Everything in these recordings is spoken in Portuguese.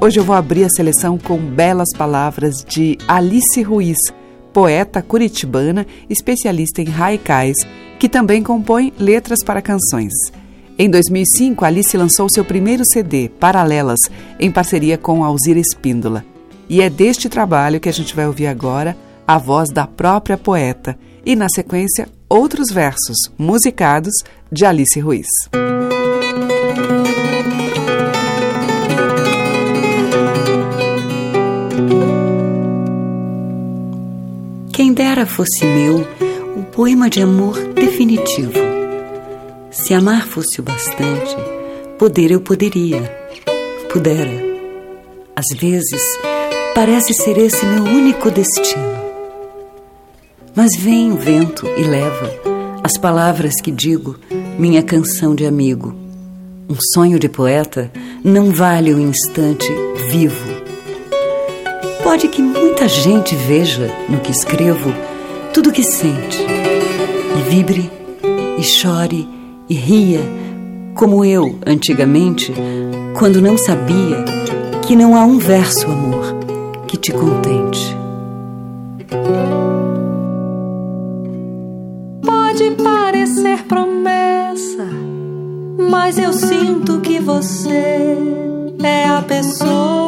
Hoje eu vou abrir a seleção com belas palavras de Alice Ruiz, poeta curitibana, especialista em haikais, que também compõe letras para canções. Em 2005, Alice lançou seu primeiro CD, Paralelas, em parceria com Alzira Espíndola. E é deste trabalho que a gente vai ouvir agora a voz da própria poeta e, na sequência, outros versos musicados de Alice Ruiz. Quem dera fosse meu o poema de amor definitivo. Se amar fosse o bastante, poder eu poderia, pudera. Às vezes, parece ser esse meu único destino. Mas vem o vento e leva as palavras que digo, minha canção de amigo. Um sonho de poeta não vale o instante vivo. Pode que muita gente veja no que escrevo tudo o que sente, e vibre, e chore, e ria, como eu antigamente, quando não sabia que não há um verso, amor, que te contente. Pode parecer promessa, mas eu sinto que você é a pessoa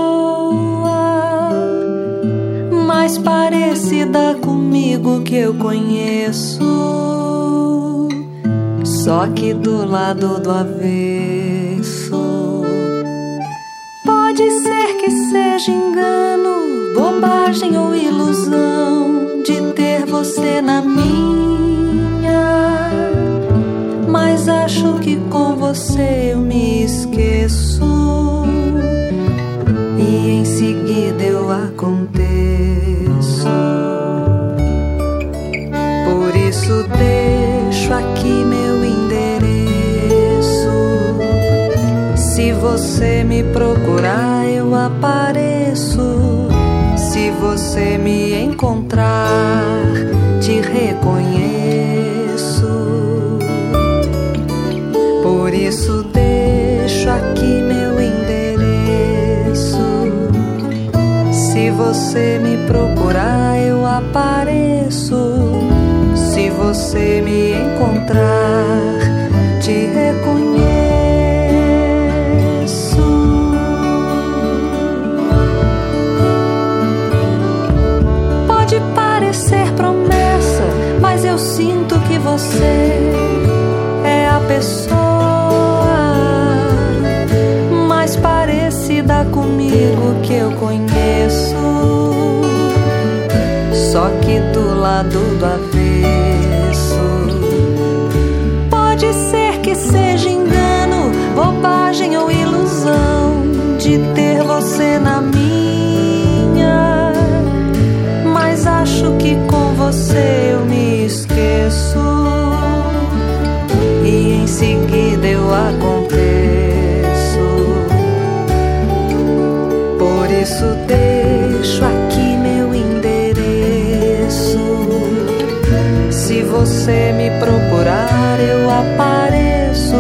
mais parecida comigo que eu conheço. Só que do lado do avesso. Pode ser que seja engano, bobagem ou ilusão de ter você na minha. Mas acho que com você eu me esqueço. E em seguida eu aconteço. Por isso deixo aqui meu endereço. Se você me procurar, eu apareço. Se você me encontrar, te reconheço. Por isso deixo aqui meu endereço. Se você me procurar, eu apareço. Se você me encontrar, te reconheço. Pode parecer promessa, mas eu sinto que você é a pessoa mais parecida comigo que eu conheço. Só que do lado do avesso. Pode ser que seja engano, bobagem ou ilusão de ter você na minha. Mas acho que com você eu me esqueço. E em seguida eu aconteço. Por isso deixo aqui meu endereço. Se você me procurar, eu apareço.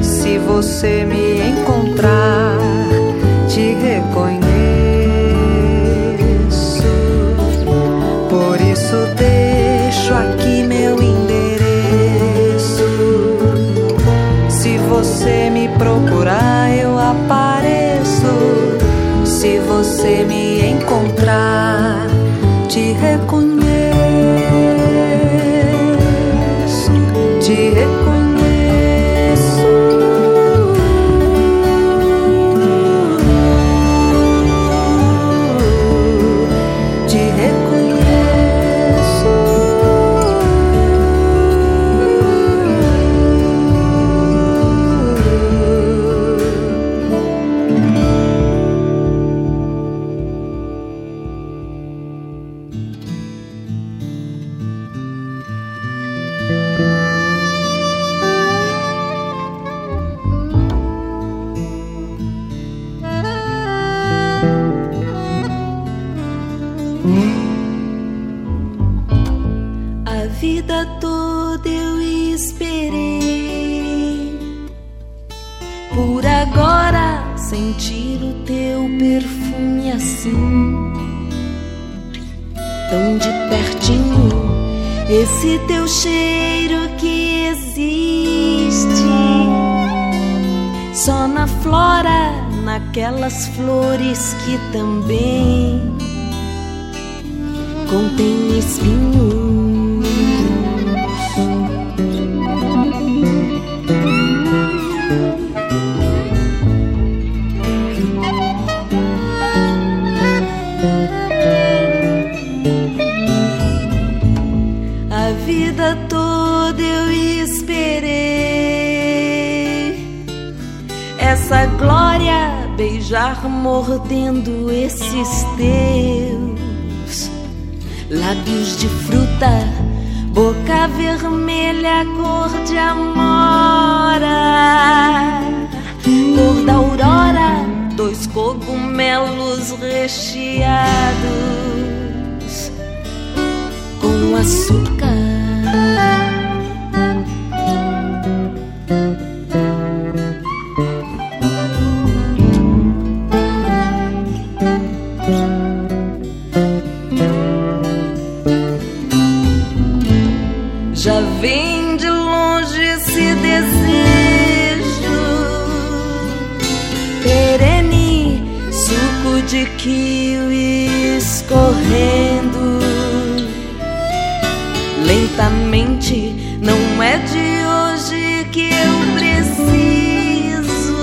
Se você me encontrar, te reconheço. Por isso deixo aqui meu endereço. Se você me procurar, eu apareço. Se você me encontrar, te reconheço. Te reconheço. Te reconheço. por agora sentir o teu perfume assim, tão de pertinho, esse teu cheiro que existe só na flora, naquelas flores que também contém espinho. A vida toda eu esperei essa glória beijar mordendo esses teus lábios de fruta, boca vermelha cor de amora, cor da aurora, dois cogumelos recheados com açúcar. Já vem de longe esse desejo perene, suco de kiwi escorrendo lentamente. Não é de hoje que eu preciso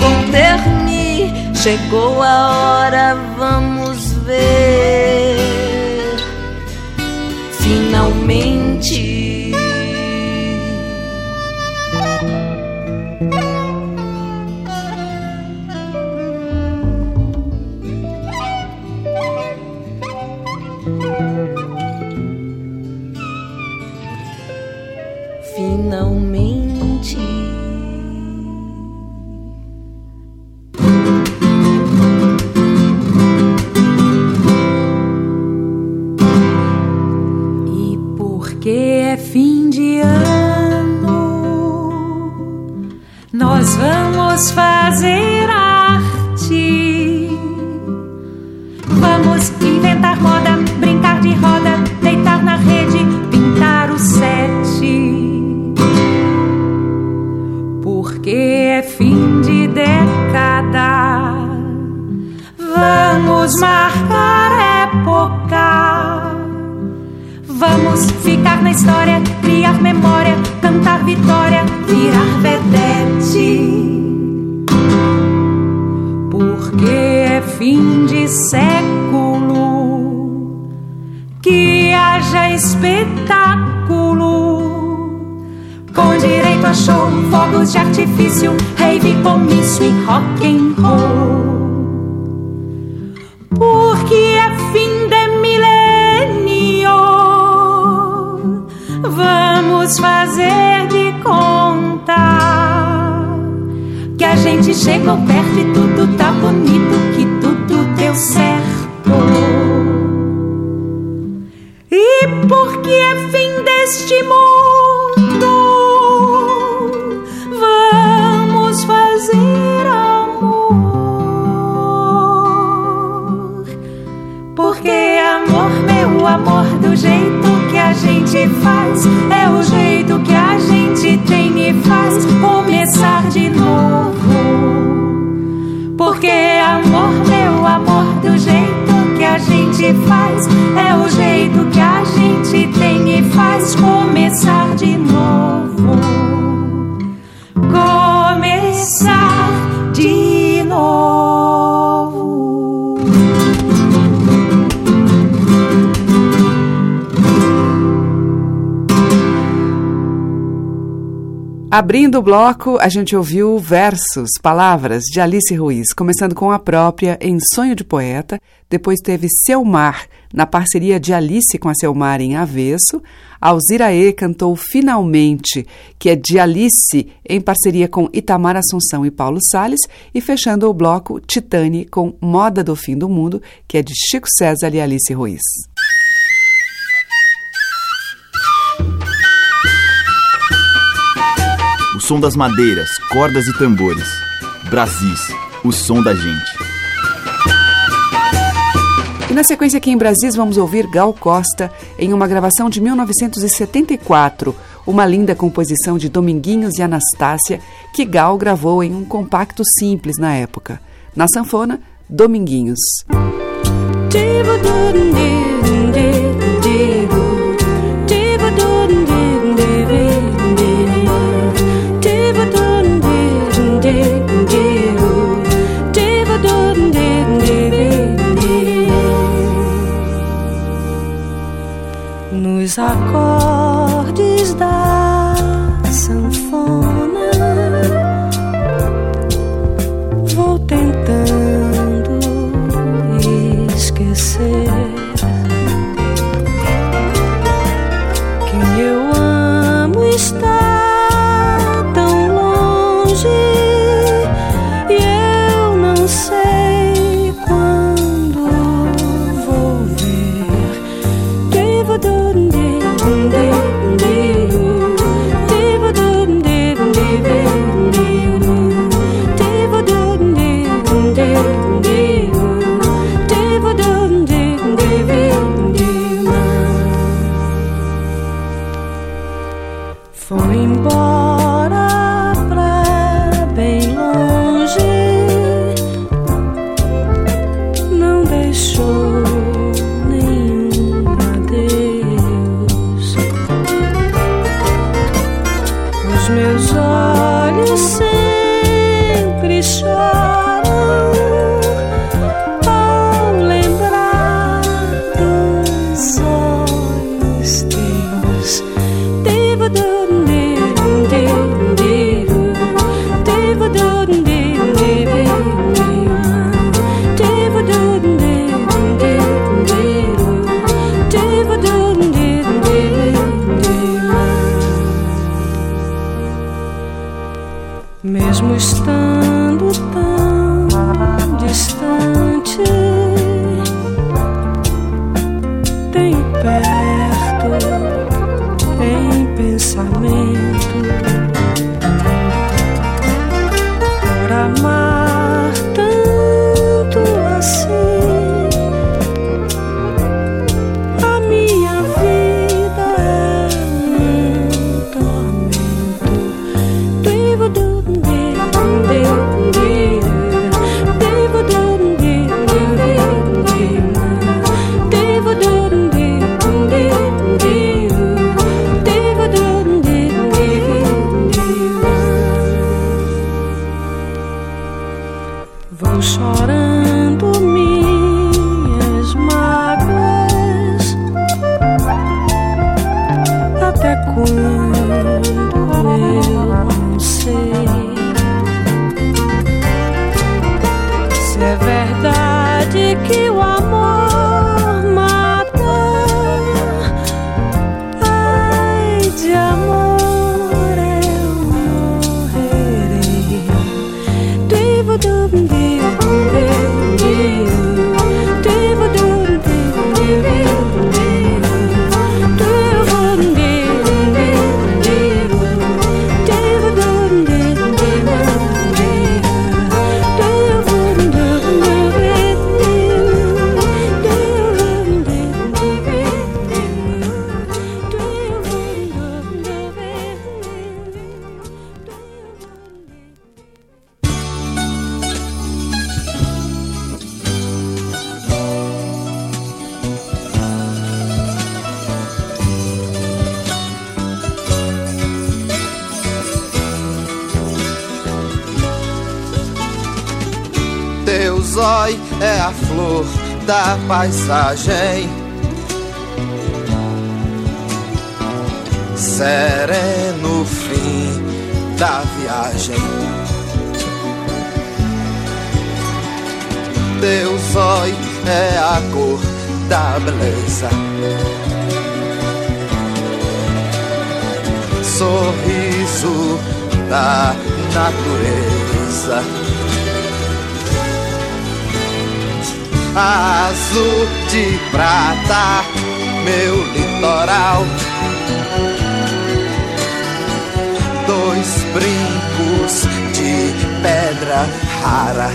conter-me. Chegou a hora, vamos ver finalmente. Finalmente. E porque é fim de ano, nós vamos fazer arte. Vamos inventar moda, brincar de roda, deitar na rede, pintar o sete. Porque é fim de década, vamos marcar época. Vamos ficar na história, criar memória, cantar vitória, virar vedete. Porque é fim de século, que haja espetáculo. Com direito a show, fogos de artifício, rave, comício e rock and roll. Porque é fim de milênio. Vamos fazer de conta que a gente chegou perto e tudo tá bonito, que tudo deu certo. E porque é fim deste mundo, vamos fazer amor. Porque amor, meu amor, do jeito que a gente faz, é o jeito que a gente tem e faz começar de novo. Porque amor, meu amor, do jeito que a gente faz, é o jeito que a gente tem e faz começar de novo. Começar de novo. Abrindo o bloco, a gente ouviu versos, palavras de Alice Ruiz, começando com a própria em Sonho de Poeta, depois teve Seu Mar, na parceria de Alice com a Seu Mar em Avesso, Alziraê cantou Finalmente, que é de Alice em parceria com Itamar Assunção e Paulo Sales, e fechando o bloco Titane com Moda do Fim do Mundo, que é de Chico César e Alice Ruiz. o som das madeiras, cordas e tambores. Brasis, o som da gente. E na sequência aqui em Brasis vamos ouvir Gal Costa em uma gravação de 1974, uma linda composição de Dominguinhos e Anastácia que Gal gravou em um compacto simples na época. Na sanfona, Dominguinhos. Nos acordes da sanfona, vou tentando esquecer quem eu amo está tão longe e eu não sei quando vou ver. Foi embora pra bem longe não deixou nenhum adeus. Os meus olhos sempre choram ao lembrar dos olhos teus. Mesmo estando tão distante, tenho perto em pensamento por amar tanto assim. A minha vida é um tormento. Vou chorando minhas mágoas até quando eu não sei se é verdade que o amor mata. Ai, de amor eu morrerei. Teu zói é a flor da paisagem. Sereno fim da viagem. Teu zói é a cor da beleza. Sorriso da natureza. azul de prata, meu litoral. Dois brilhos. era rara.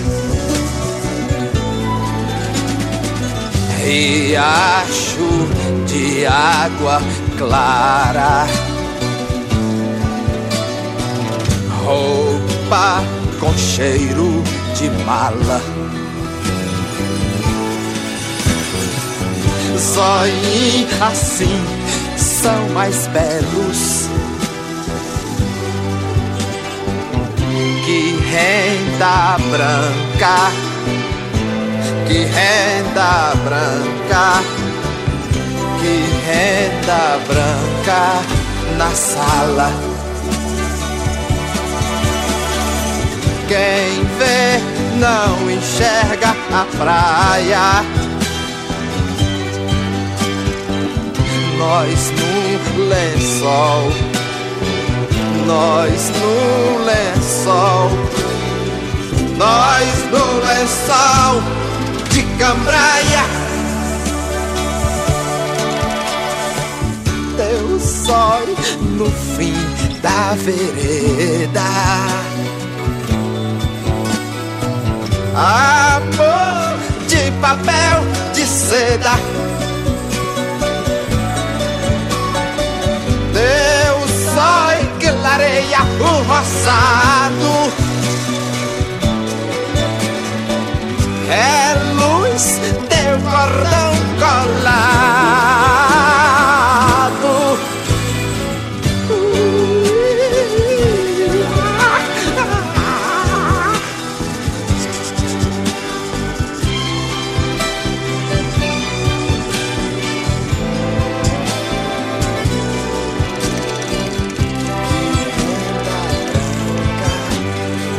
Riacho de água clara, roupa com cheiro de mala. Zói assim são mais belos que renda branca, que renda branca, que renda branca na sala. Quem vê não enxerga a praia. Nós num lençol nós no lençol, nós no lençol de cambraia. Teu sol no fim da vereda. Amor de papel de seda. Teu sol que lareia o roçado É luz, teu cordão colado Uh.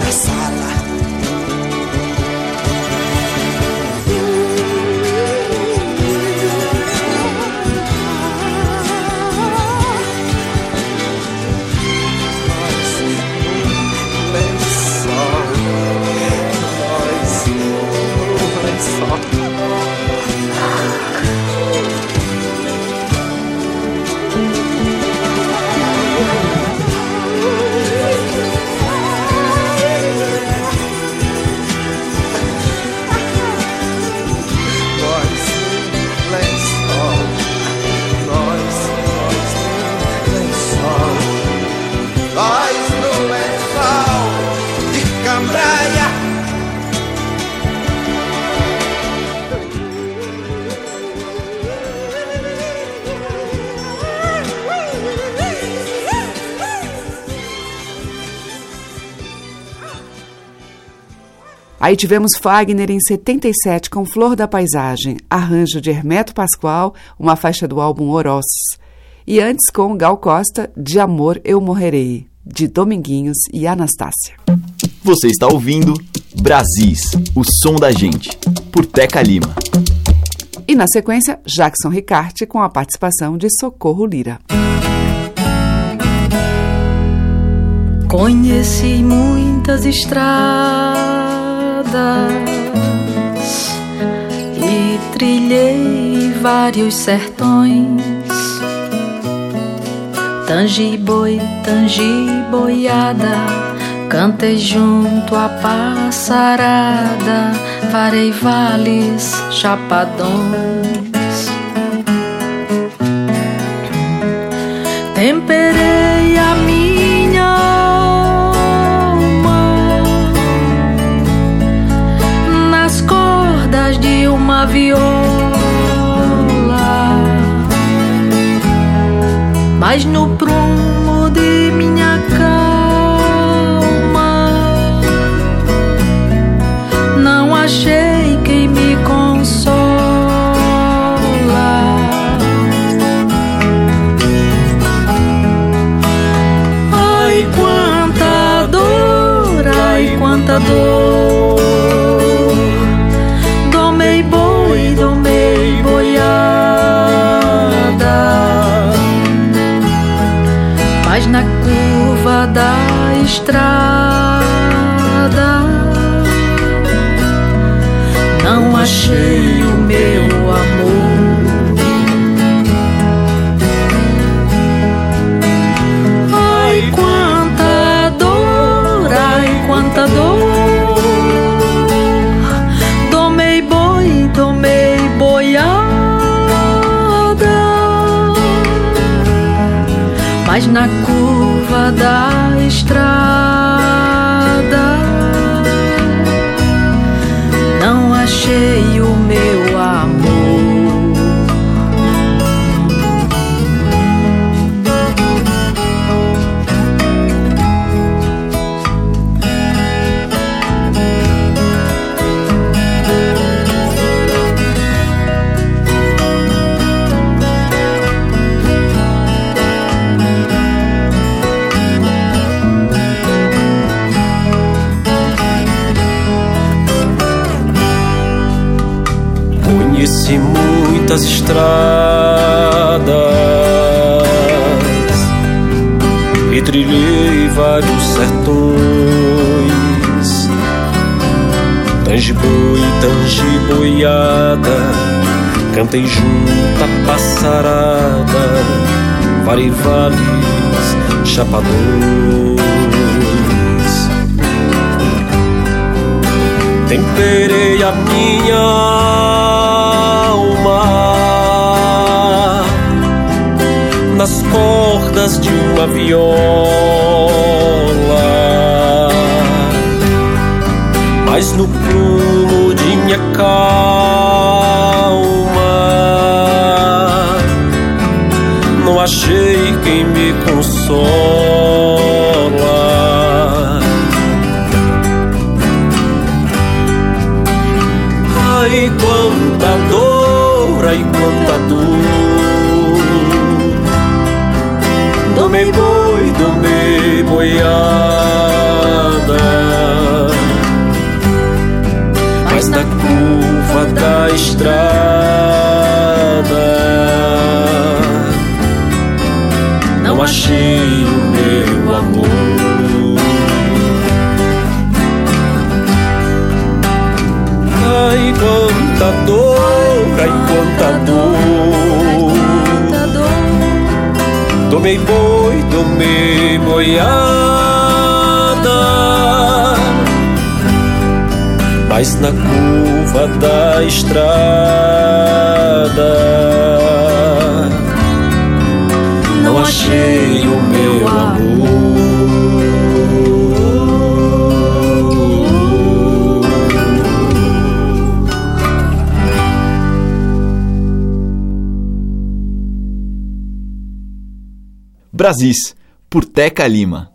na sala. Nós no lençol de cambraia Aí tivemos Fagner em 77 com Flor da Paisagem, arranjo de Hermeto Pascoal, uma faixa do álbum Oroz. E antes com Gal Costa, De Amor Eu Morrerei, de Dominguinhos e Anastácia. Você está ouvindo Brasis, o som da gente, por Teca Lima. E na sequência, Jackson Ricarte com a participação de Socorro Lira. Conheci muitas estradas e trilhei vários sertões. Tangi boi, tangi boiada, cantei junto à passarada, farei vales, chapadões. Temperei a minha alma nas cordas de uma viola, mas no prumo de minha calma não achei quem me consola. Ai, quanta dor, ai, quanta dor. Domei boi, domei boiada. Mas na curva da estrada não achei o meu amor. Ai, quanta dor, ai, quanta dor. mas na curva da estrada não achei o meu amor. Conheci muitas estradas e trilhei vários sertões. Tangiboi, tangiboiada, cantei junta passarada, vale vales, chapadões. Temperei a minha alma nas cordas de uma viola, mas no prumo de minha calma não achei quem me consola. Ai, quanta dor, ai, quanta dor Domei boi, domei boiada Mas na curva da estrada Não achei o meu amor Ai, quanta dor, ai, quanta dor. Tomei boi, tomei boiada. Mas na curva da estrada não achei o meu amor. Brasis, por Teca Lima.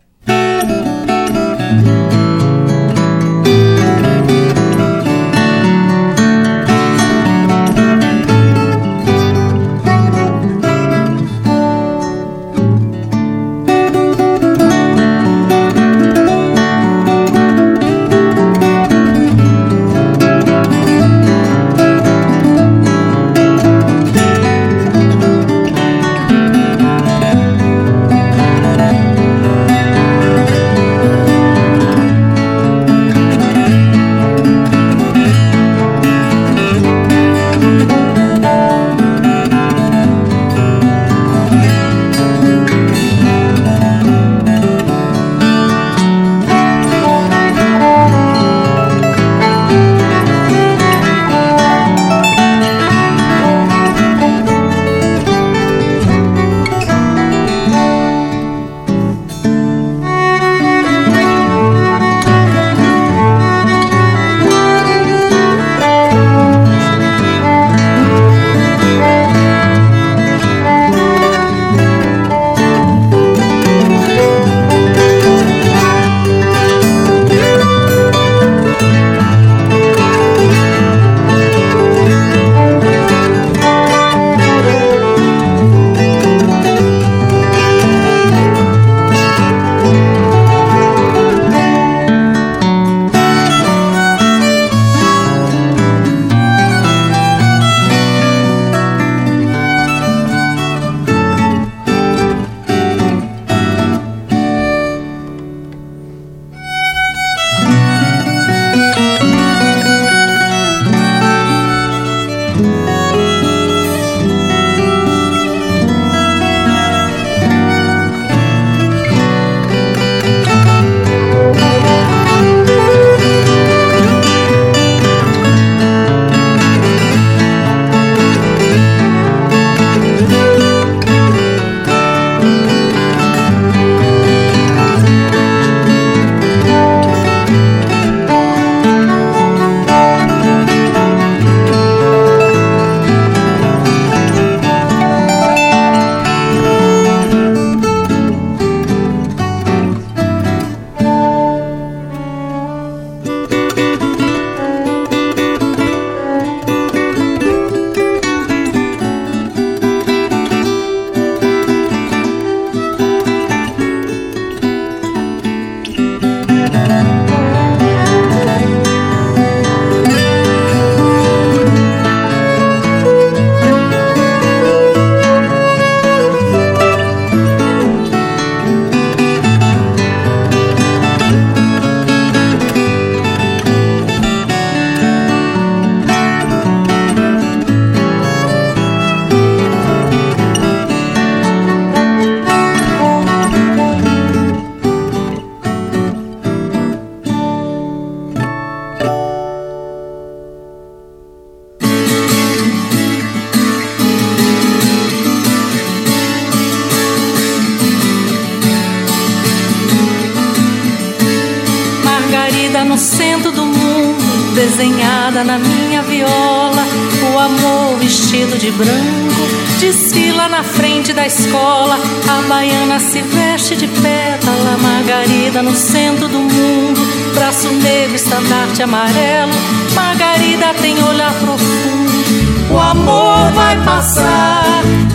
centro do mundo, desenhada na minha viola. O amor vestido de branco desfila na frente da escola. A baiana se veste de pétala, a Margarida no centro do mundo. Braço negro, estandarte amarelo. Margarida tem olhar profundo. O amor vai passar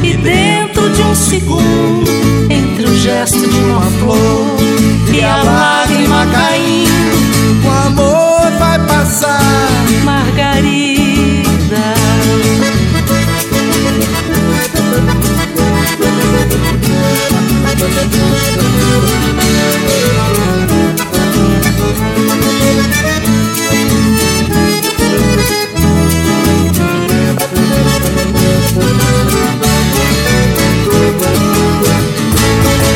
e dentro de um segundo, entre o gesto de uma flor e a lágrima caindo. O amor vai passar. Margarida.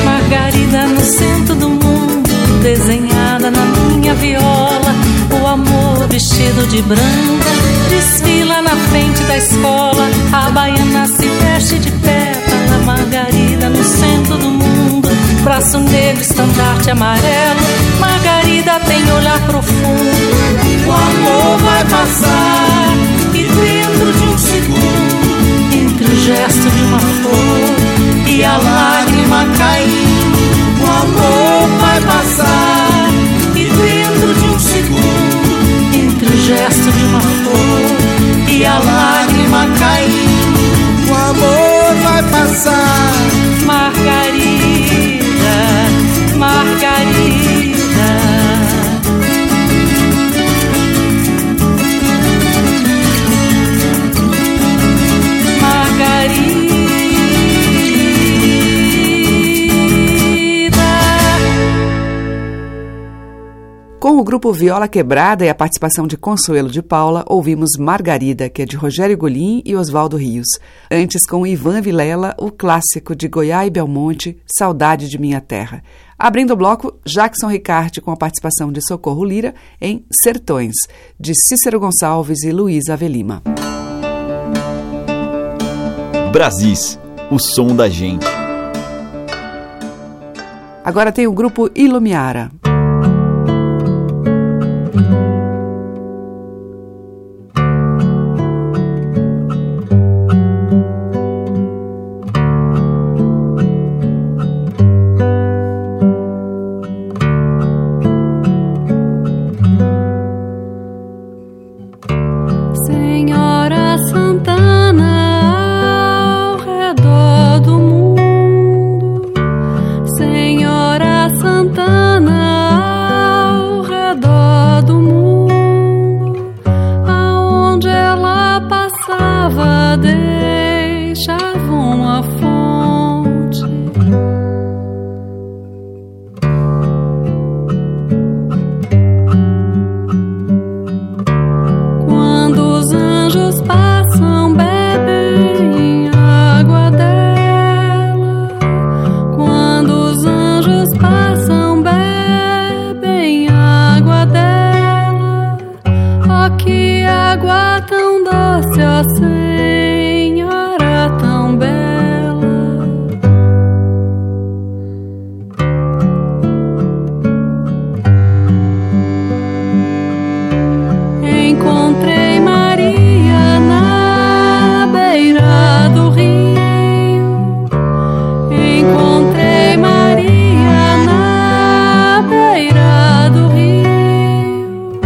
Margarida no centro do mundo, desenhada na minha viola. O amor vestido de branca desfila na frente da escola. A baiana se veste de pétala, Margarida no centro do mundo. Braço negro, estandarte amarelo. Margarida tem olhar profundo. O amor vai passar e dentro de um segundo, entre o gesto de uma flor e a lágrima caindo, o amor vai passar. E dentro de um segundo, entre o gesto de uma flor e a lágrima caindo, o amor vai passar. Margarida, Margarida. Margarida. Com o grupo Viola Quebrada e a participação de Consuelo de Paula, ouvimos Margarida, que é de Rogério Golim e Oswaldo Rios. Antes, com Ivan Vilela, o clássico de Goiás e Belmonte, Saudade de Minha Terra. Abrindo o bloco, Jackson Ricarte com a participação de Socorro Lira em Sertões, de Cícero Gonçalves e Luiz Avelima. Brasis, o som da gente. Agora tem o grupo Ilumiara. Senhora Santana ao redor do mundo, Senhora Santana ao redor do mundo, aonde ela passava deixava uma fonte. Quando os anjos passam, bebem água dela. Quando os anjos passam, bebem água dela. Ó que água tão doce, ó Senhora tão bela. Encontrei Maria na beira do rio. Encontrei Maria na beira do rio,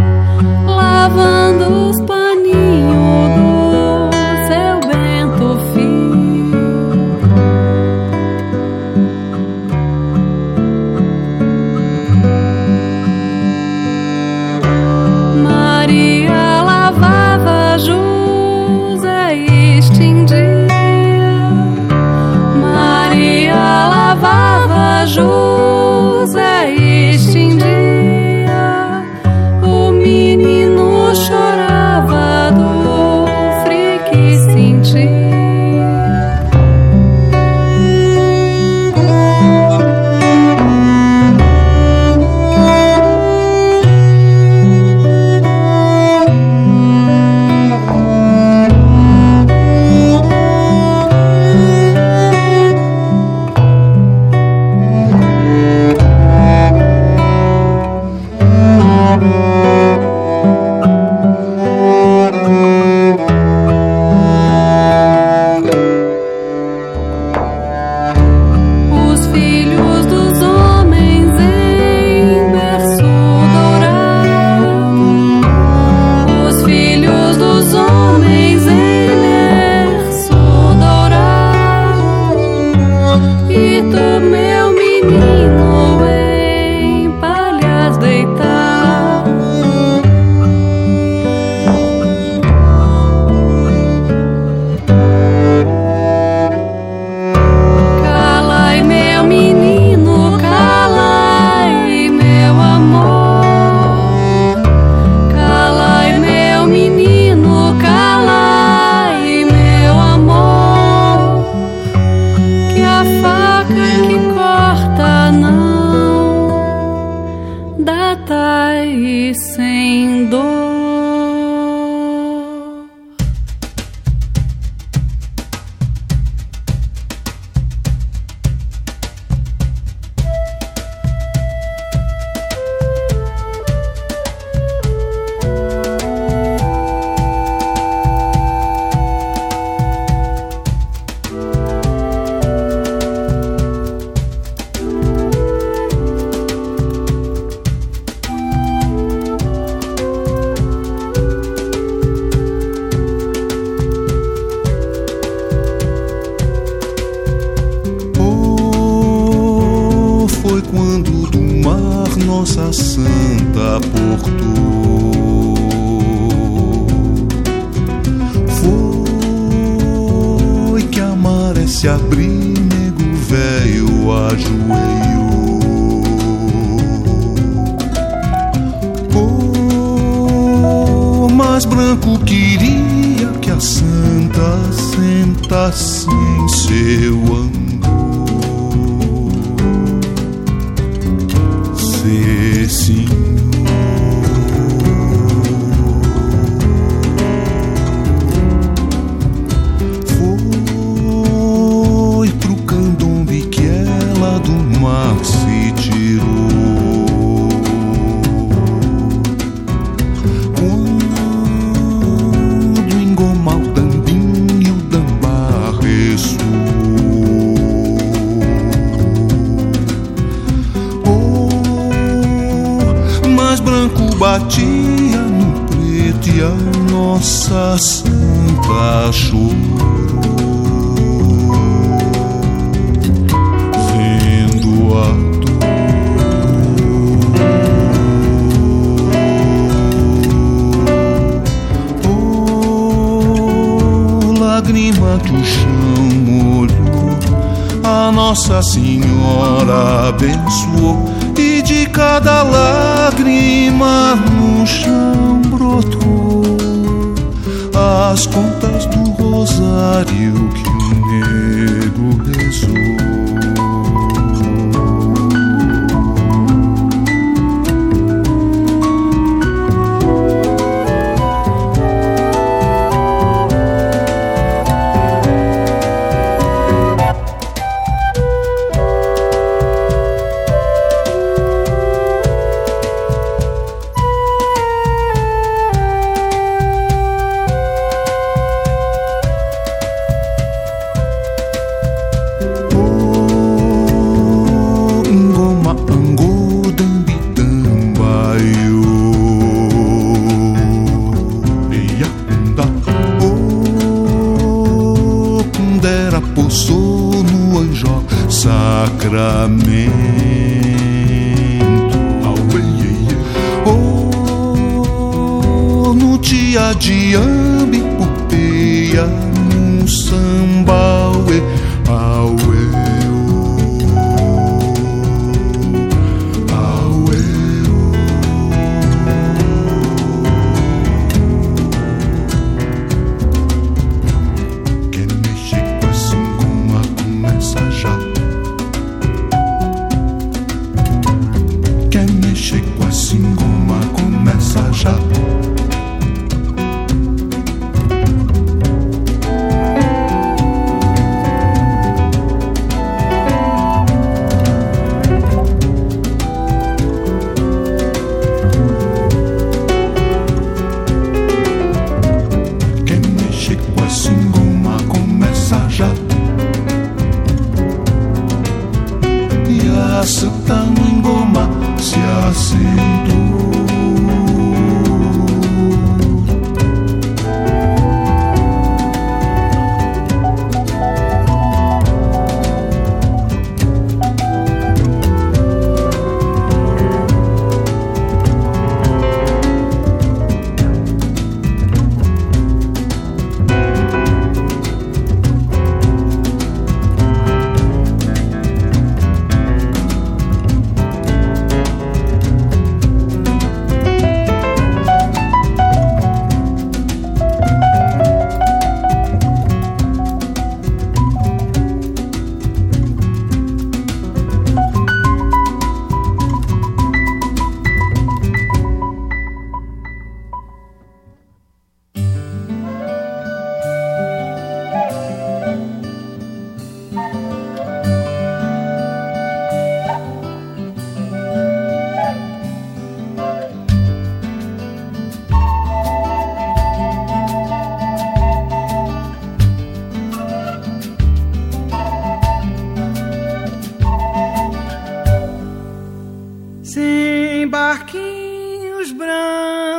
lavando os paninhos do seu bento fio. Maria lavava José e extinguia. Maria lavava José e extinguia. O menino chorava do frio que sentia. sem dor. Oh, foi quando do mar Nossa Santa aportou. Foi que a maré se abriu, nego velho ajoelhou. Oh, mas branco queria que a santa sentasse em seu andor. Se Foi pro candombe que ela do mar se tirou. Quando engomar o dambinho, o dambá ressoou. Oh, mas branco batia no preto e a nossa santa chorou. Vendo a Oh, lágrima que o chão molhou, a Nossa Senhora abençoou, e de cada lágrima no chão brotou as contas do rosário que o nego rezou. Ngoma ango dambi dambayo Eia unda O kundera pousou no anjo sacramento Au, ei, ei, ei. Oh, no dia de ambi pupeia num samba auê, auê, oh. Auê, oh. Quem mexe com esse goma começa já Quem mexe com esse goma começa já é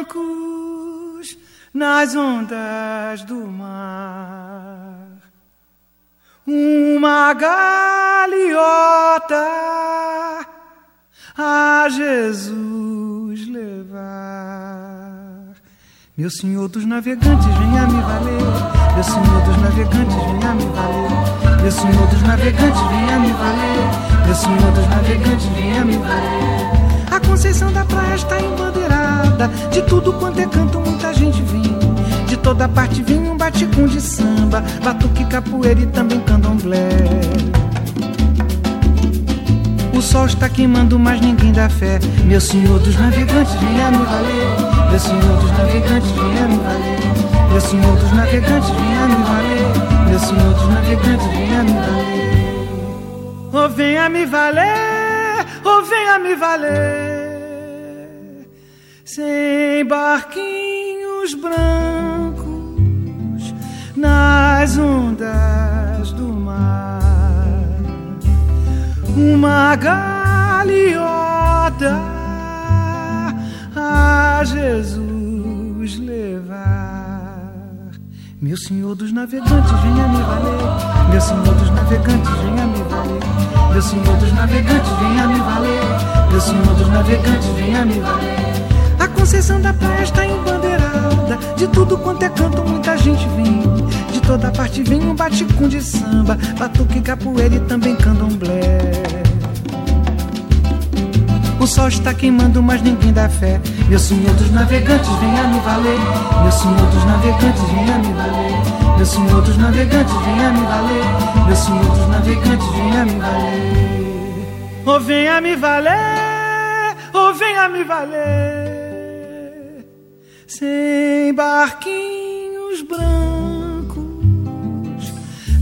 brancos nas ondas do mar. Uma galeota a Jesus levar. Meu Senhor dos Navegantes, venha me valer. Meu Senhor dos Navegantes, venha me valer. Meu Senhor dos Navegantes, venha me valer. Meu Senhor dos Navegantes, venha me valer. A Conceição da Praia está embandeirada. De tudo quanto é canto, muita gente vem. De toda parte vem um baticum de samba, batuque, capoeira e também candomblé. O sol está queimando, mas ninguém dá fé. Meu senhor dos navegantes, venha me valer. Meu senhor dos navegantes, venha me valer. Meu senhor dos navegantes, venha me valer. Meu senhor dos navegantes, venha me valer. Oh, venha me valer, oh, venha me valer. Sem barquinhos brancos nas ondas do mar uma galeota a Jesus levar. Meu Senhor dos Navegantes, venha me valer. Meu Senhor dos Navegantes, venha me valer. Meu Senhor dos Navegantes, venha me valer. Meu Senhor dos Navegantes, venha me valer. A Conceição da Praia está embandeirada. De tudo quanto é canto, muita gente vem. De toda parte vem um baticum de samba, batuque, capoeira e também candomblé. O sol está queimando, mas ninguém dá fé. Meu senhor dos navegantes, venha me valer. Meu senhor dos navegantes, venha me valer. Meu senhor dos navegantes, venha me valer. Meu senhor dos navegantes, venha me valer. Oh, venha me valer. Oh, venha me valer. Sem barquinhos brancos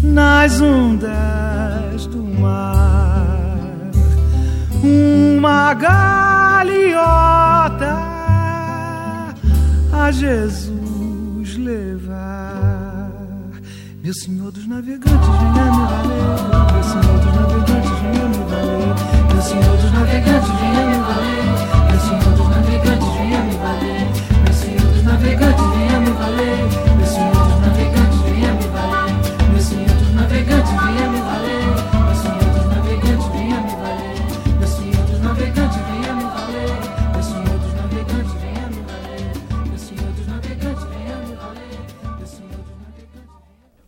nas ondas do mar uma galeota a Jesus levar. Meu Senhor dos Navegantes, venha me valer. Meu Senhor dos Navegantes, venha me valer. Meu Senhor dos Assim Navegantes, venha me valer. Meu Senhor dos Navegantes, venha me valer. Meu Senhor dos Navegantes, venha me valer. Meu Senhor dos Navegantes, venha me valer. Meu Senhor dos Navegantes, venha me valer. Meu Senhor dos Navegantes, venha me valer. Meu Senhor dos Navegantes, venha me valer. Meu Senhor dos Navegantes, venha me valer. Meu Senhor dos Navegantes, venha me valer. Meu Senhor dos Navegantes.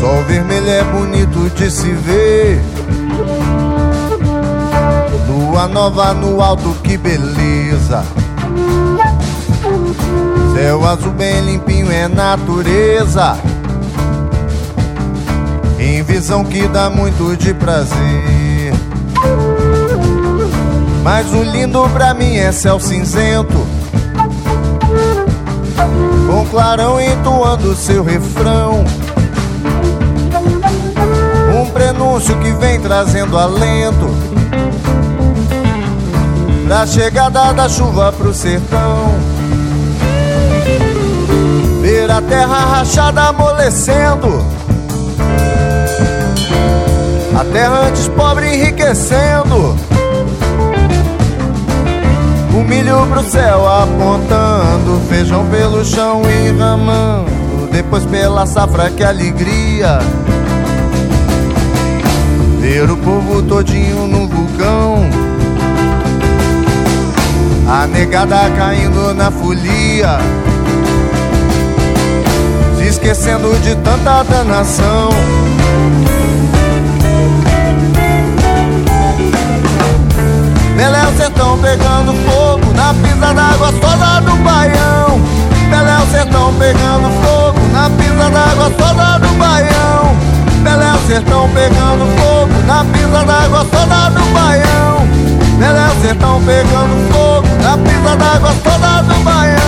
Sol vermelho é bonito de se ver. Lua nova no alto, que beleza. Céu azul bem limpinho é natureza. Em visão que dá muito de prazer. Mas o lindo pra mim é céu cinzento. Com clarão entoando seu refrão. Um prenúncio que vem trazendo alento Pra chegada da chuva pro sertão Ver a terra rachada amolecendo A terra antes pobre enriquecendo O milho pro céu apontando Feijão pelo chão enramando Depois pela safra, que alegria Ver o povo todinho num vulcão A negada caindo na folia Se esquecendo de tanta danação. Pelé é o sertão pegando fogo na pisa da gostosa do baião. Pelé é o sertão pegando fogo na pisa da gostosa do baião. Pelé é o sertão pegando fogo na pisa da gostosa do baião. Pelé é o sertão pegando fogo na pisa da gostosa do baião.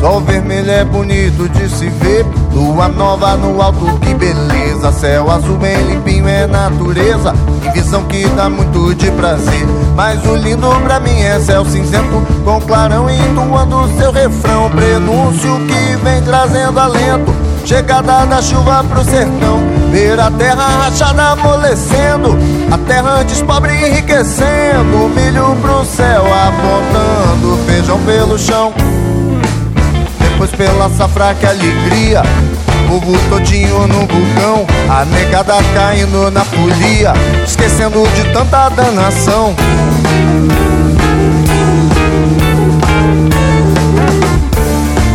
Sol vermelho é bonito de se ver, lua nova no alto, que beleza. Céu azul bem limpinho é natureza, e visão que dá muito de prazer. Mas o lindo pra mim é céu cinzento, com clarão entoando seu refrão. Prenúncio que vem trazendo alento, chegada da chuva pro sertão. Ver a terra rachada amolecendo, a terra antes pobre enriquecendo. Milho pro céu apontando, feijão pelo chão depois pela safra que alegria Povo todinho no vulcão, a negada caindo na folia Esquecendo de tanta danação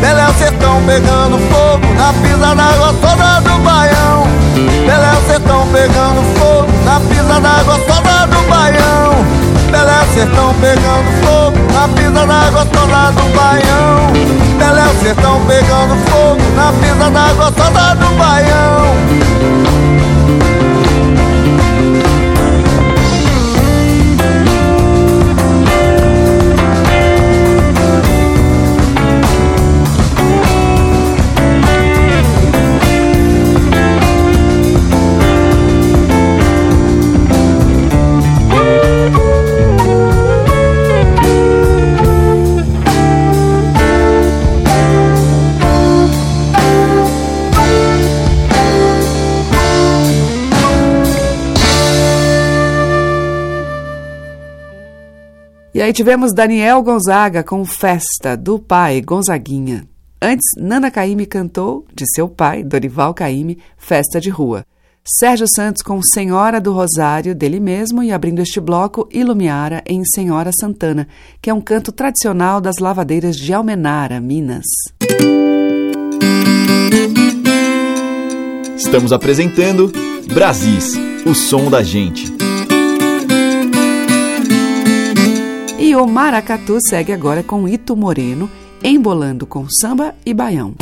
Pelé é o sertão pegando fogo na pisa da gostosa do baião Pelé é o sertão pegando fogo na pisa da gostosa do baião Pelé é o sertão pegando fogo na pisa da gostosa do baião Pelé o sertão pegando fogo na pisa da gostosa do baião. E aí tivemos Daniel Gonzaga com Festa do Pai Gonzaguinha. Antes, Nana Caymmi cantou, de seu pai, Dorival Caymmi, Festa de Rua. Sérgio Santos com Senhora do Rosário, dele mesmo, e abrindo este bloco, Ilumiara em Senhora Santana, que é um canto tradicional das lavadeiras de Almenara, Minas. Estamos apresentando Brasis, o som da gente. E o Maracatu segue agora com Ito Moreno, embolando com samba e baião.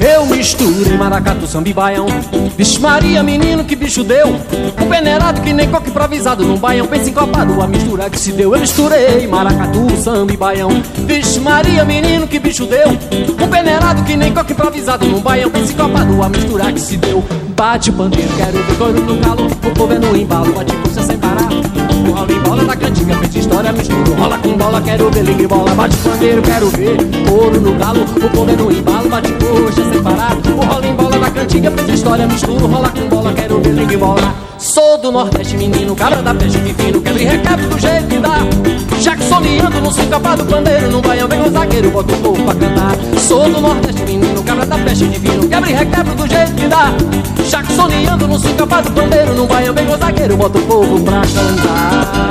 Eu misturei maracatu, samba e baião Vixe Maria, menino, que bicho deu Um peneirado que nem coque improvisado Num baião bem sincopado A mistura que se deu Eu misturei maracatu, samba e baião Vixe Maria, menino, que bicho deu Um peneirado que nem coque improvisado Num baião bem sincopado A mistura que se deu Bate bandeira, quero ver couro no galo O povo é no embalo, bate força sem parar O rola em bola da cantiga Fez história, mistura, rola com bola Quero ver ligue bola, bate bandeira, quero ver Couro no galo, o povo é no embalo Bate coxa sem parar O rola em bola da cantiga Fez história, mistura, rola com bola Quero ver ligue bola Sou do Nordeste, menino, cara da peste divino Quebra e requebra do jeito que dá Jacksoniano no sincopado do pandeiro No baião vem o um zagueiro, bota o povo pra cantar Sou do Nordeste, menino, cara da peste divino Quebra e requebra do jeito que dá Jacksoniano no sincopado do pandeiro No baião vem o zagueiro, bota o povo pra cantar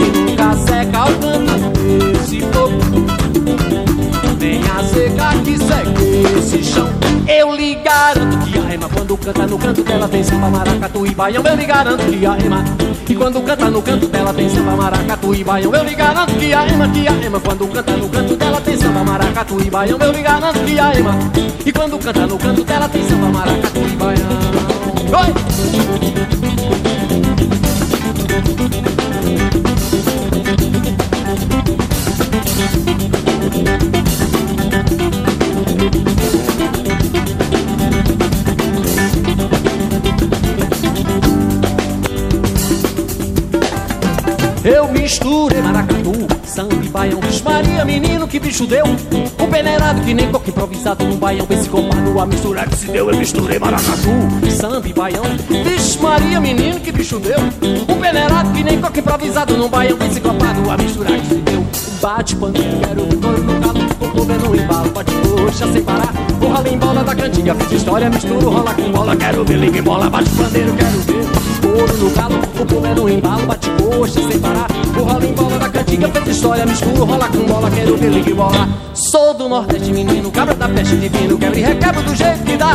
E nunca seca o canto desse povo Vem a seca que seca esse chão Eu lhe garanto que a rema Quando canta no canto dela tem samba, maracatu e baião Eu lhe garanto que a rema E quando canta no canto dela tem samba, maracatu e baião Eu lhe garanto que a rema, que a rema Quando canta no canto dela tem samba, maracatu e baião Eu lhe garanto que a rema E quando canta no canto dela tem samba, maracatu e baião Oi! misturei maracatu, samba e baião. Vixe Maria, menino, que bicho deu. Um peneirado que nem coque improvisado num baião. Bem se comparou a mistura que se deu. Eu misturei maracatu, samba e baião. Vixe Maria, menino, que bicho deu. Um peneirado que nem coque improvisado num baião. Bem se comparou a mistura que se deu. Bate pandeiro, couro no galo, o povo é no embalo. Bate coxa sem parar. Porra, limbola da cantiga, fiz história, misturo, rola com bola. Quero ver, liga e bola, bate pandeiro, quero ver couro no galo, o pulo é no embalo, bate coxa sem parar. O rola em bola da cantiga, feita história, mistura, rola com bola, quero ver ligue bola. Sou do Nordeste, menino, cabra da peste divino, quebra e recebra do jeito que dá.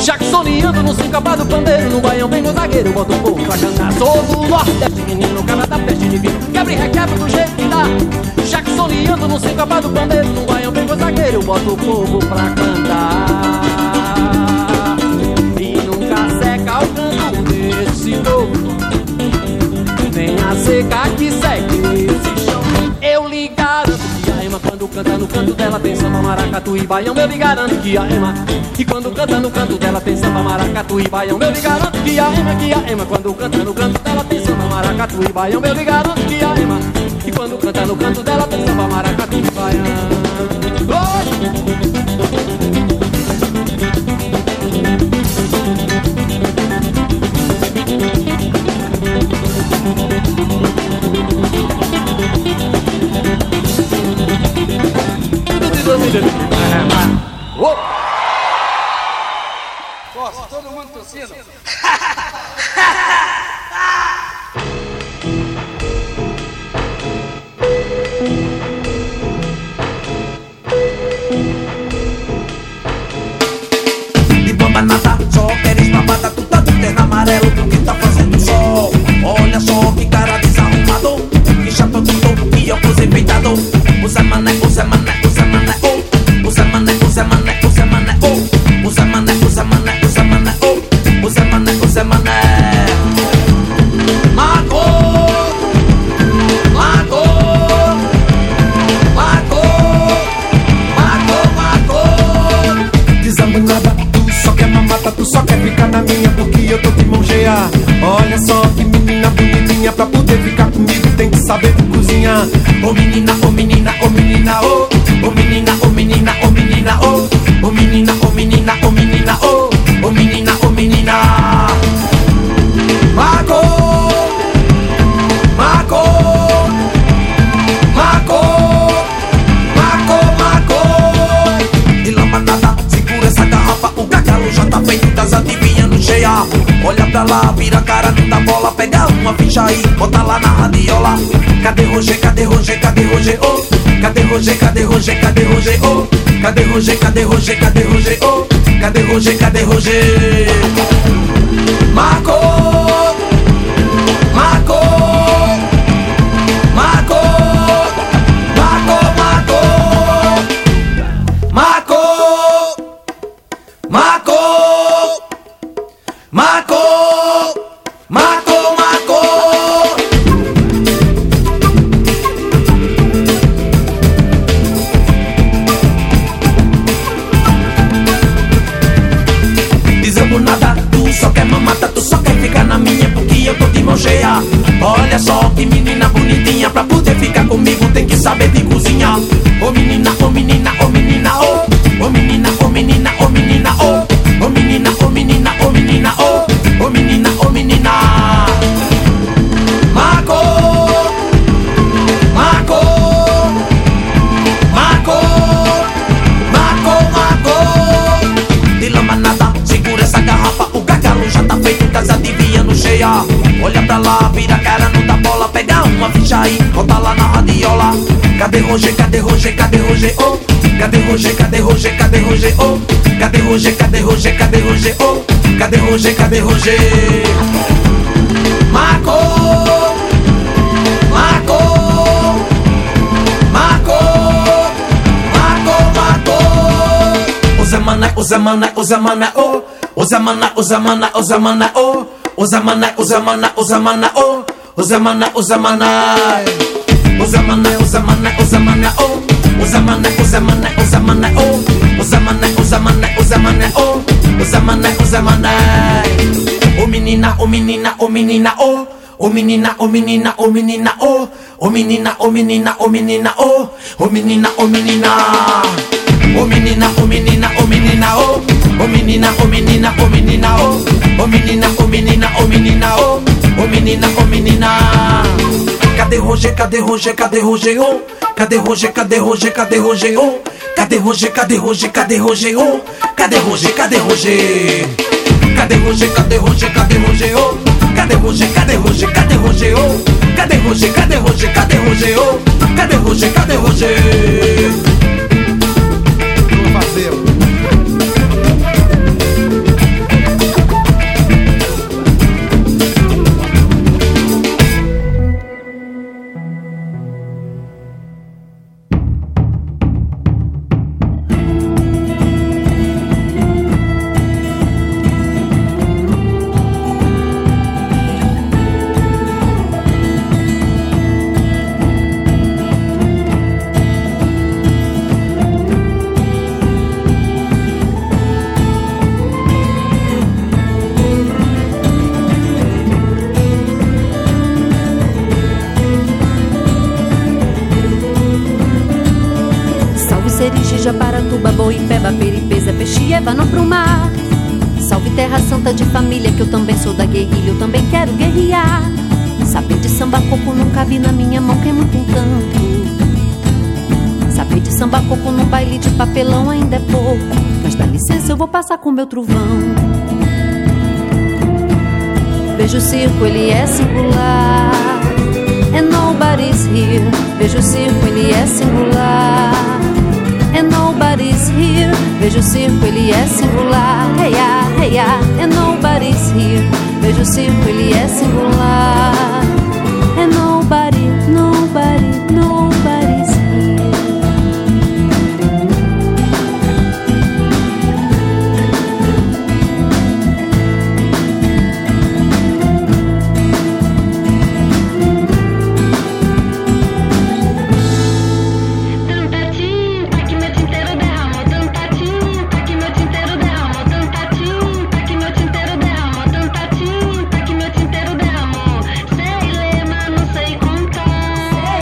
Jacksoniano no sincapá do pandeiro, no baião bem no zagueiro, bota o povo pra cantar. Sou do Nordeste, menino, cabra da peste divino, quebra e recebra do jeito que dá. Jacksoniano no sincapá do pandeiro, no baião bem no zagueiro, bota o povo pra cantar. E nunca seca o canto desse novo Nem a seca que segue esse chão Eu lhe garanto que a Ema Quando canta no canto dela tem samba, maracatu e baião Eu lhe garanto que a Ema E quando canta no canto dela tem samba, maracatu e baião Eu lhe garanto que a Ema, que a Ema Quando canta no canto dela tem samba, maracatu e baião Eu lhe garanto que a Ema E quando canta no canto dela tem samba, maracatu e baião Oi! Oh! Posso, todo mundo tossindo. Bamba nada, só queres babada, tu tá de terra amarelo porque tá fazendo sol. Olha só que cara desarrumado, que chato tudo, que óculos enfeitado. Usa mané, usa mané, usa mané, oh. Usa mané, usa mané, usa mané, oh. Usa mané, usa mané, usa mané, oh. Usa mané, usa mané. Mago, mago, mago, mago, mago. Desamanada, tu só quer mamata, tu só quer ficar na minha porque eu tô de mão cheia. Olha só que menina bonitinha, pra poder ficar comigo tem que saber cozinhar. Ô menina, ô menina, ô menina, ô. Ô menina, ô menina, ô menina, ô. Ô menina, ô menina, ô menina, ô. Ô menina, ô menina. Mago, mago, mago, mago, mago. E lama nada, segura essa garrafa O gargalo já tá feito das adivinhas no cheia Olha pra lá, vira a cara da bola Pega uma ficha aí, bota lá na radiola Cadê Roger, cadê Roger, cadê Roger, oh Cadê Roger, cadê Roger, cadê Roger, oh Cadê Roger, cadê Roger, cadê Roger, oh Cadê Roger, cadê Roger Marco Marco Marco Marco, Marco Marco! Marco! Marco! Marco, Marco! Desamo nada, tu só quer mamata, tu só quer ficar na minha porque eu tô de mão cheia. Olha só que menina bonitinha, pra poder ficar comigo tem que saber de cozinhar. Ô menina, ô menina, ô menina, ô. Ô menina, ô menina, ô menina, ô. Ô menina, ô menina, ô menina, ô. Ô menina, ô menina. Marco! Marco! Marco! Marco, Marco! de lama nada, segura essa garrafa. O gargalo já tá feito, das adivinhando cheia. Olha pra lá, vira a cara, não dá bola. Pega uma ficha aí, bota lá na radiola. Cadê Roger, cadê Roger, cadê Roger, oh? Cadê Roger, cadê Roger, cadê Roger, oh? Cadê Roger, cadê Roger, cadê Roger, oh? Cadê Roger, cadê Roger? Marco! Marco! Marco! Marco, Marco! Uzamana, Uzamana, Uzamana, oh. Uzamana, Uzamana, Uzamana, oh. Uzamana, Uzamana, Uzamana, oh. Uzamana, Uzamana. Uzamana, Uzamana, Uzamana, oh. Uzamana, Uzamana, Uzamana, oh. Uzamana, Uzamana, Uzamana, oh. Uzamana, Uzamana. Ô menina, ô menina, ô menina, oh. Ô menina, ô menina, ô menina, oh. Ô menina, ô menina, ô menina, ô Ô menina, ô menina Ô menina, ô menina, ô menina, ô Ô menina, ô menina, ô menina, ô Ô menina, ô menina, ô menina, ô Ô menina, ô menina Cadê Roger, cadê Roger, cadê Roger, ô Cadê Roger, cadê Roger, cadê Roger, ô Cadê Roger, cadê Roger, cadê Roger, ô Cadê Roger, cadê Roger Cadê Roger, cadê Roger, cadê Roger, ô Cadê Roger, cadê Roger, cadê Roger, ô Cadê Roger, cadê Roger, cadê Roger, ô Cadê Roger, cadê Roger Salve Serigi, Japaratuba, Boipeba, Peripeza, Pexieba, não pro mar. Salve terra santa de família, que eu também sou da guerrilha, eu também quero guerrear. Saber de samba coco não cabe na minha mão, quem muito encanto. Saber de samba coco num baile de papelão ainda é pouco. Mas dá licença, eu vou passar com meu trovão. Vejo o circo, ele é singular. And nobody's here. Vejo o circo, ele é singular. And nobody's here. Vejo o circo, ele é singular. Hey, ah, hey, ah. And nobody's here. Vejo o circo, ele é singular. And nobody, nobody, nobody's here. Tanta tinta que meu tinteiro derramou, tanta tinta que meu tinteiro derramou, tanta tinta que meu tinteiro derramou, tanta tinta que meu tinteiro derramou. Sei ler, mas não sei contar.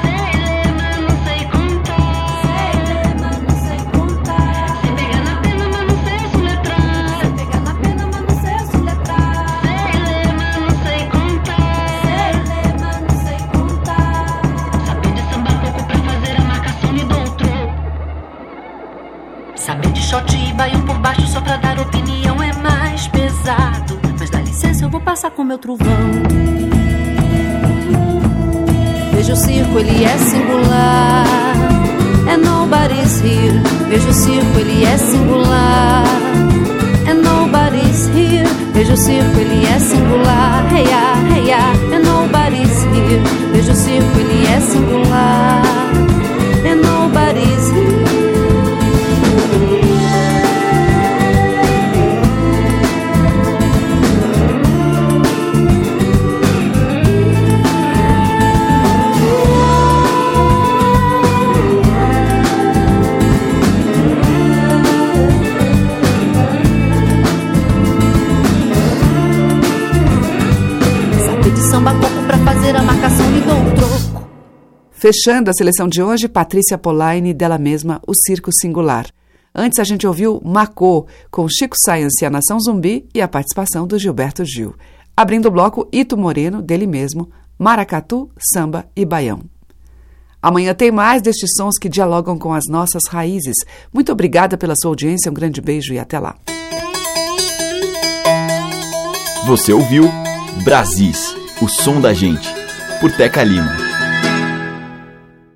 Sei ler, mas não sei contar. Sei ler, mas não sei contar. Sei ler, mas não sei contar. Se pegar na pena, mas não sei se letrar. Se pegar na pena, mas não sei se letrar. Sei ler, mas não sei contar. Sei ler, mas não sei contar. Saber de samba pouco pra fazer a marcação me dou um troco. Saber de shot e baião por baixo só pra dar opinião é mais pesado. Mas dá licença, eu vou passar com meu trovão. Vejo o circo, ele é singular. And nobody's here. Vejo o circo, ele é singular. And nobody's here. Vejo o circo, ele é singular. Hey, ah, hey, ah. And nobody's here. Vejo o circo, ele é singular. And nobody's here. Saber de samba coco pra fazer a marcação me dou um troco. Fechando a seleção de hoje, Patrícia Polaine, dela mesma, O Circo Singular. Antes a gente ouviu Macô, com Chico Science e a Nação Zumbi e a participação do Gilberto Gil. Abrindo o bloco, Ito Moreno, dele mesmo, Maracatu, Samba e Baião. Amanhã tem mais destes sons que dialogam com as nossas raízes. Muito obrigada pela sua audiência, um grande beijo e até lá. Você ouviu Brasis, o som da gente, por Teca Lima.